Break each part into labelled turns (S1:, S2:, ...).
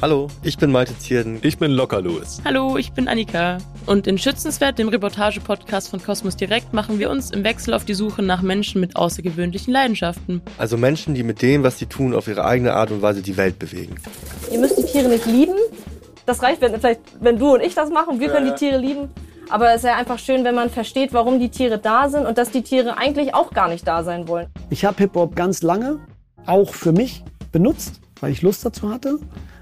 S1: Hallo, ich bin Malte Zierden.
S2: Ich bin Locker Louis.
S3: Hallo, ich bin Annika. Und in Schützenswert, dem Reportage-Podcast von Kosmos Direkt, machen wir uns im Wechsel auf die Suche nach Menschen mit außergewöhnlichen Leidenschaften.
S1: Also Menschen, die mit dem, was sie tun, auf ihre eigene Art und Weise die Welt bewegen.
S4: Ihr müsst die Tiere nicht lieben. Das reicht, wenn, vielleicht, wenn du und ich das machen. Wir können die Tiere lieben. Aber es ist ja einfach schön, wenn man versteht, warum die Tiere da sind und dass die Tiere eigentlich auch gar nicht da sein wollen.
S5: Ich habe Hip-Hop ganz lange, auch für mich, benutzt, weil ich Lust dazu hatte.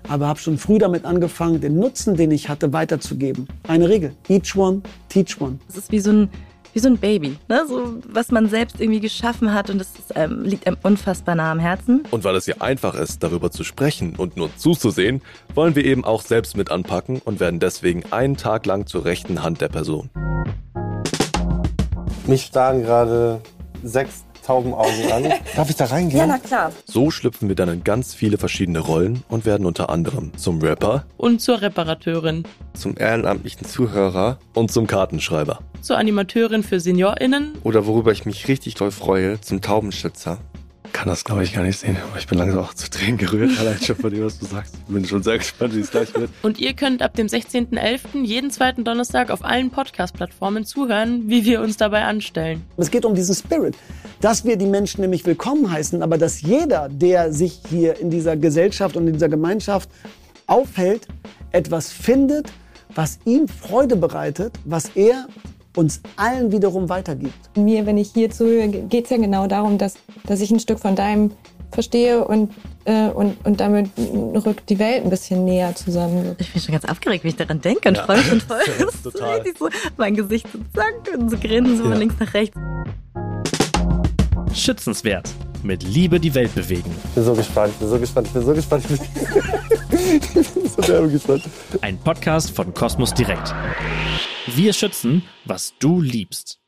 S5: Aber habe schon früh damit angefangen, den Nutzen, den ich hatte, weiterzugeben. Eine Regel. Each one, teach one.
S6: Es ist wie so ein, wie so ein Baby, ne? so, was man selbst irgendwie geschaffen hat und das ist, ähm, liegt einem unfassbar nah am Herzen.
S2: Und weil es ja einfach ist, darüber zu sprechen und nur zuzusehen, wollen wir eben auch selbst mit anpacken und werden deswegen einen Tag lang zur rechten Hand der Person.
S7: Mich starren gerade sechs Taubenaugen an. Darf ich da reingehen?
S4: Ja, na klar.
S2: So schlüpfen wir dann in ganz viele verschiedene Rollen und werden unter anderem zum Rapper
S3: Und zur Reparateurin,
S1: Zum ehrenamtlichen Zuhörer
S2: und zum Kartenschreiber.
S3: zur Animateurin für SeniorInnen
S1: oder worüber ich mich richtig doll freue, zum Taubenschützer.
S2: Kann das, glaube ich, gar nicht sehen, aber ich bin langsam auch zu Tränen gerührt, allein schon von dem, was du sagst. Ich bin schon sehr gespannt, wie es gleich wird.
S3: Und ihr könnt ab dem 16.11. jeden zweiten Donnerstag auf allen Podcast-Plattformen zuhören, wie wir uns dabei anstellen.
S5: Es geht um diesen Spirit, dass wir die Menschen nämlich willkommen heißen, aber dass jeder, der sich hier in dieser Gesellschaft und in dieser Gemeinschaft aufhält, etwas findet, was ihm Freude bereitet, was er uns allen wiederum weitergibt.
S8: mir, wenn ich hier zuhöre, geht es ja genau darum, dass, dass ich ein Stück von deinem verstehe und, äh, und, und damit rückt die Welt ein bisschen näher zusammen.
S6: Ich bin schon ganz aufgeregt, wie ich daran denke und freue mich schon voll.
S2: Ja, total.
S6: Richtig so, mein Gesicht so zack und so grinsen so
S2: Ja.
S6: von links nach rechts.
S9: Schützenswert. Mit Liebe die Welt bewegen.
S7: Ich bin so gespannt, ich bin so gespannt, ich bin so gespannt. Ich bin, ich bin so derbe gespannt.
S9: Ein Podcast von Kosmos Direkt. Wir schützen, was du liebst.